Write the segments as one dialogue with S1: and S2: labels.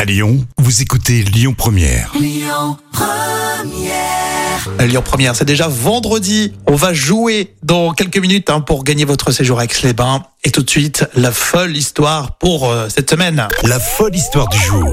S1: À Lyon, vous écoutez Lyon Première.
S2: Lyon Première, c'est déjà vendredi. On va jouer dans quelques minutes hein, pour gagner votre séjour à Aix-les-Bains. Et tout de suite, la folle histoire pour euh, cette semaine.
S1: La folle histoire du jour.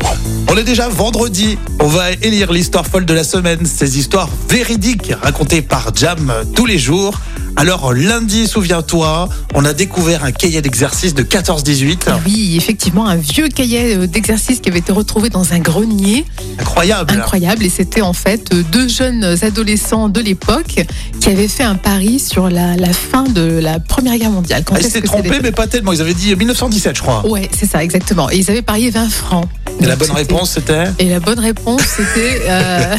S2: On est déjà vendredi. On va élire l'histoire folle de la semaine. Ces histoires véridiques racontées par Jam euh, tous les jours. Alors lundi, souviens-toi, on a découvert un cahier d'exercice de 14-18.
S3: Oui, effectivement, un vieux cahier euh, d'exercice qui avait été retrouvé dans un grenier
S2: Incroyable.
S3: incroyable. Et c'était en fait euh, deux jeunes adolescents de l'époque qui avaient fait un pari sur la, la fin de la Première Guerre mondiale. Quand
S2: Ah, Ils
S3: est-ce
S2: s'étaient
S3: que
S2: trompés,
S3: c'était-
S2: mais pas tellement. Ils avaient dit 1917, je crois.
S3: Ouais, c'est ça, exactement. Et ils avaient parié 20 francs.
S2: Et la
S3: Donc,
S2: bonne
S3: c'était-
S2: réponse, c'était
S3: Et la bonne réponse, c'était euh,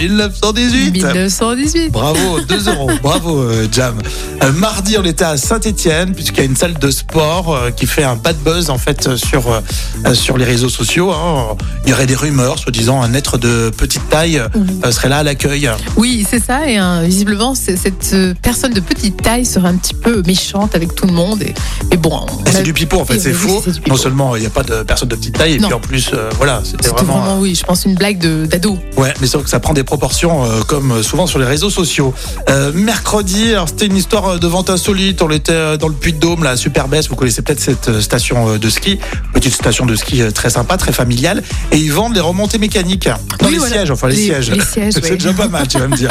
S2: 1918.
S3: 1918.
S2: Bravo, 2 euros. Bravo, euh, Jam. Euh, mardi, on était à Saint-Etienne, puisqu'il y a une salle de sport euh, qui fait un bad buzz, en fait, euh, sur, euh, euh, sur les réseaux sociaux. hein. Il y aurait des rumeurs, soi-disant, un être de petite taille euh,
S3: Mhm.
S2: serait là à l'accueil.
S3: Oui, c'est ça. Et hein, visiblement, c'est- cette euh, personne de petite taille serait un petit peu méchante avec tout le monde. Et, et bon, on
S2: Et
S3: a-
S2: c'est du pipeau, en fait,
S3: Oui,
S2: c'est
S3: oui,
S2: faux.
S3: c'est du pipeau.
S2: Non seulement il n'y a pas de personne de petite taille, et
S3: Non.
S2: puis en plus, euh, voilà, c'était
S3: c'était
S2: vraiment.
S3: vraiment, euh, oui, je pense, une blague de- d'ado.
S2: Ouais, mais sauf que ça prend des proportions euh, comme euh, souvent sur les réseaux sociaux. Euh, mercredi, alors c'était une histoire euh, de vente insolite. On était euh, dans le Puy-de-Dôme, la Superbesse. Vous connaissez peut-être cette euh, station euh, de ski, petite station de ski euh, très sympa, très familiale. Et ils vendent les remontées mécaniques. Non,
S3: Oui,
S2: les
S3: voilà.
S2: sièges, enfin les,
S3: Les-
S2: sièges.
S3: les sièges,
S2: c'est
S3: ouais.
S2: déjà pas mal, tu vas me dire.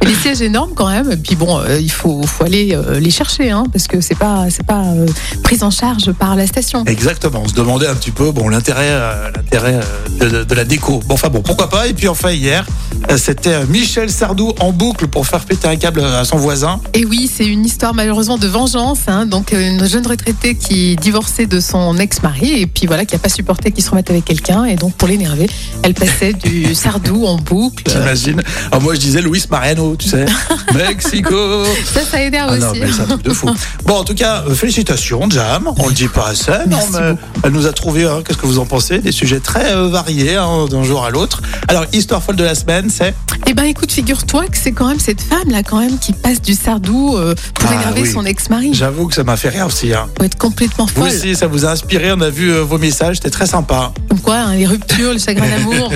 S3: Et les sièges énormes quand même. Et puis bon, euh, il faut, faut aller euh, les chercher, hein, parce que c'est pas, c'est pas euh, pris en charge par la station.
S2: Exactement. On se demandait un petit peu, bon, l'intérêt, euh, l'intérêt euh, de, de- de la déco. Bon, enfin bon, pourquoi pas. Et puis enfin hier, euh, c'était euh, Michel Sardou en boucle pour faire péter un câble euh, à son voisin.
S3: Et oui, c'est une histoire malheureusement de vengeance. hein. Donc euh, une jeune retraitée qui divorçait de son ex-mari et puis voilà, qui a pas supporté qu'il se remette avec quelqu'un. Et donc pour l'énerver, elle passait du sardou en boucle.
S2: T'imagines Alors moi je disais Luis Mariano, tu sais. Mexico
S3: Ça, ça énerve
S2: ah non,
S3: aussi.
S2: mais c'est un truc de fou. Bon, en tout cas, euh, félicitations, Jam. On le dit pas assez. non,
S3: Merci
S2: mais elle nous a trouvé, hein, qu'est-ce que vous en pensez Des sujets très euh, variés hein, d'un jour à l'autre. Alors, histoire folle de la semaine, c'est.
S3: Eh ben écoute, figure-toi que c'est quand même cette femme là quand même qui passe du sardou euh, pour
S2: Ah,
S3: énerver
S2: oui.
S3: son ex-mari.
S2: J'avoue que ça m'a fait rire aussi. hein.
S3: Pour être complètement
S2: Vous
S3: folle.
S2: aussi, ça vous a inspiré. On a vu euh, vos messages, c'était très sympa.
S3: Comme quoi, hein, les ruptures, le chagrin d'amour.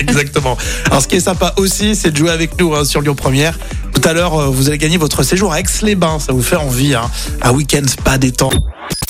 S2: Exactement. Alors, ce qui est sympa aussi, c'est de jouer avec nous hein, sur Lyon Première. Tout à l'heure, euh, vous allez gagner votre séjour à Aix-les-Bains. Ça vous fait envie. Hein. Un week-end spa détente.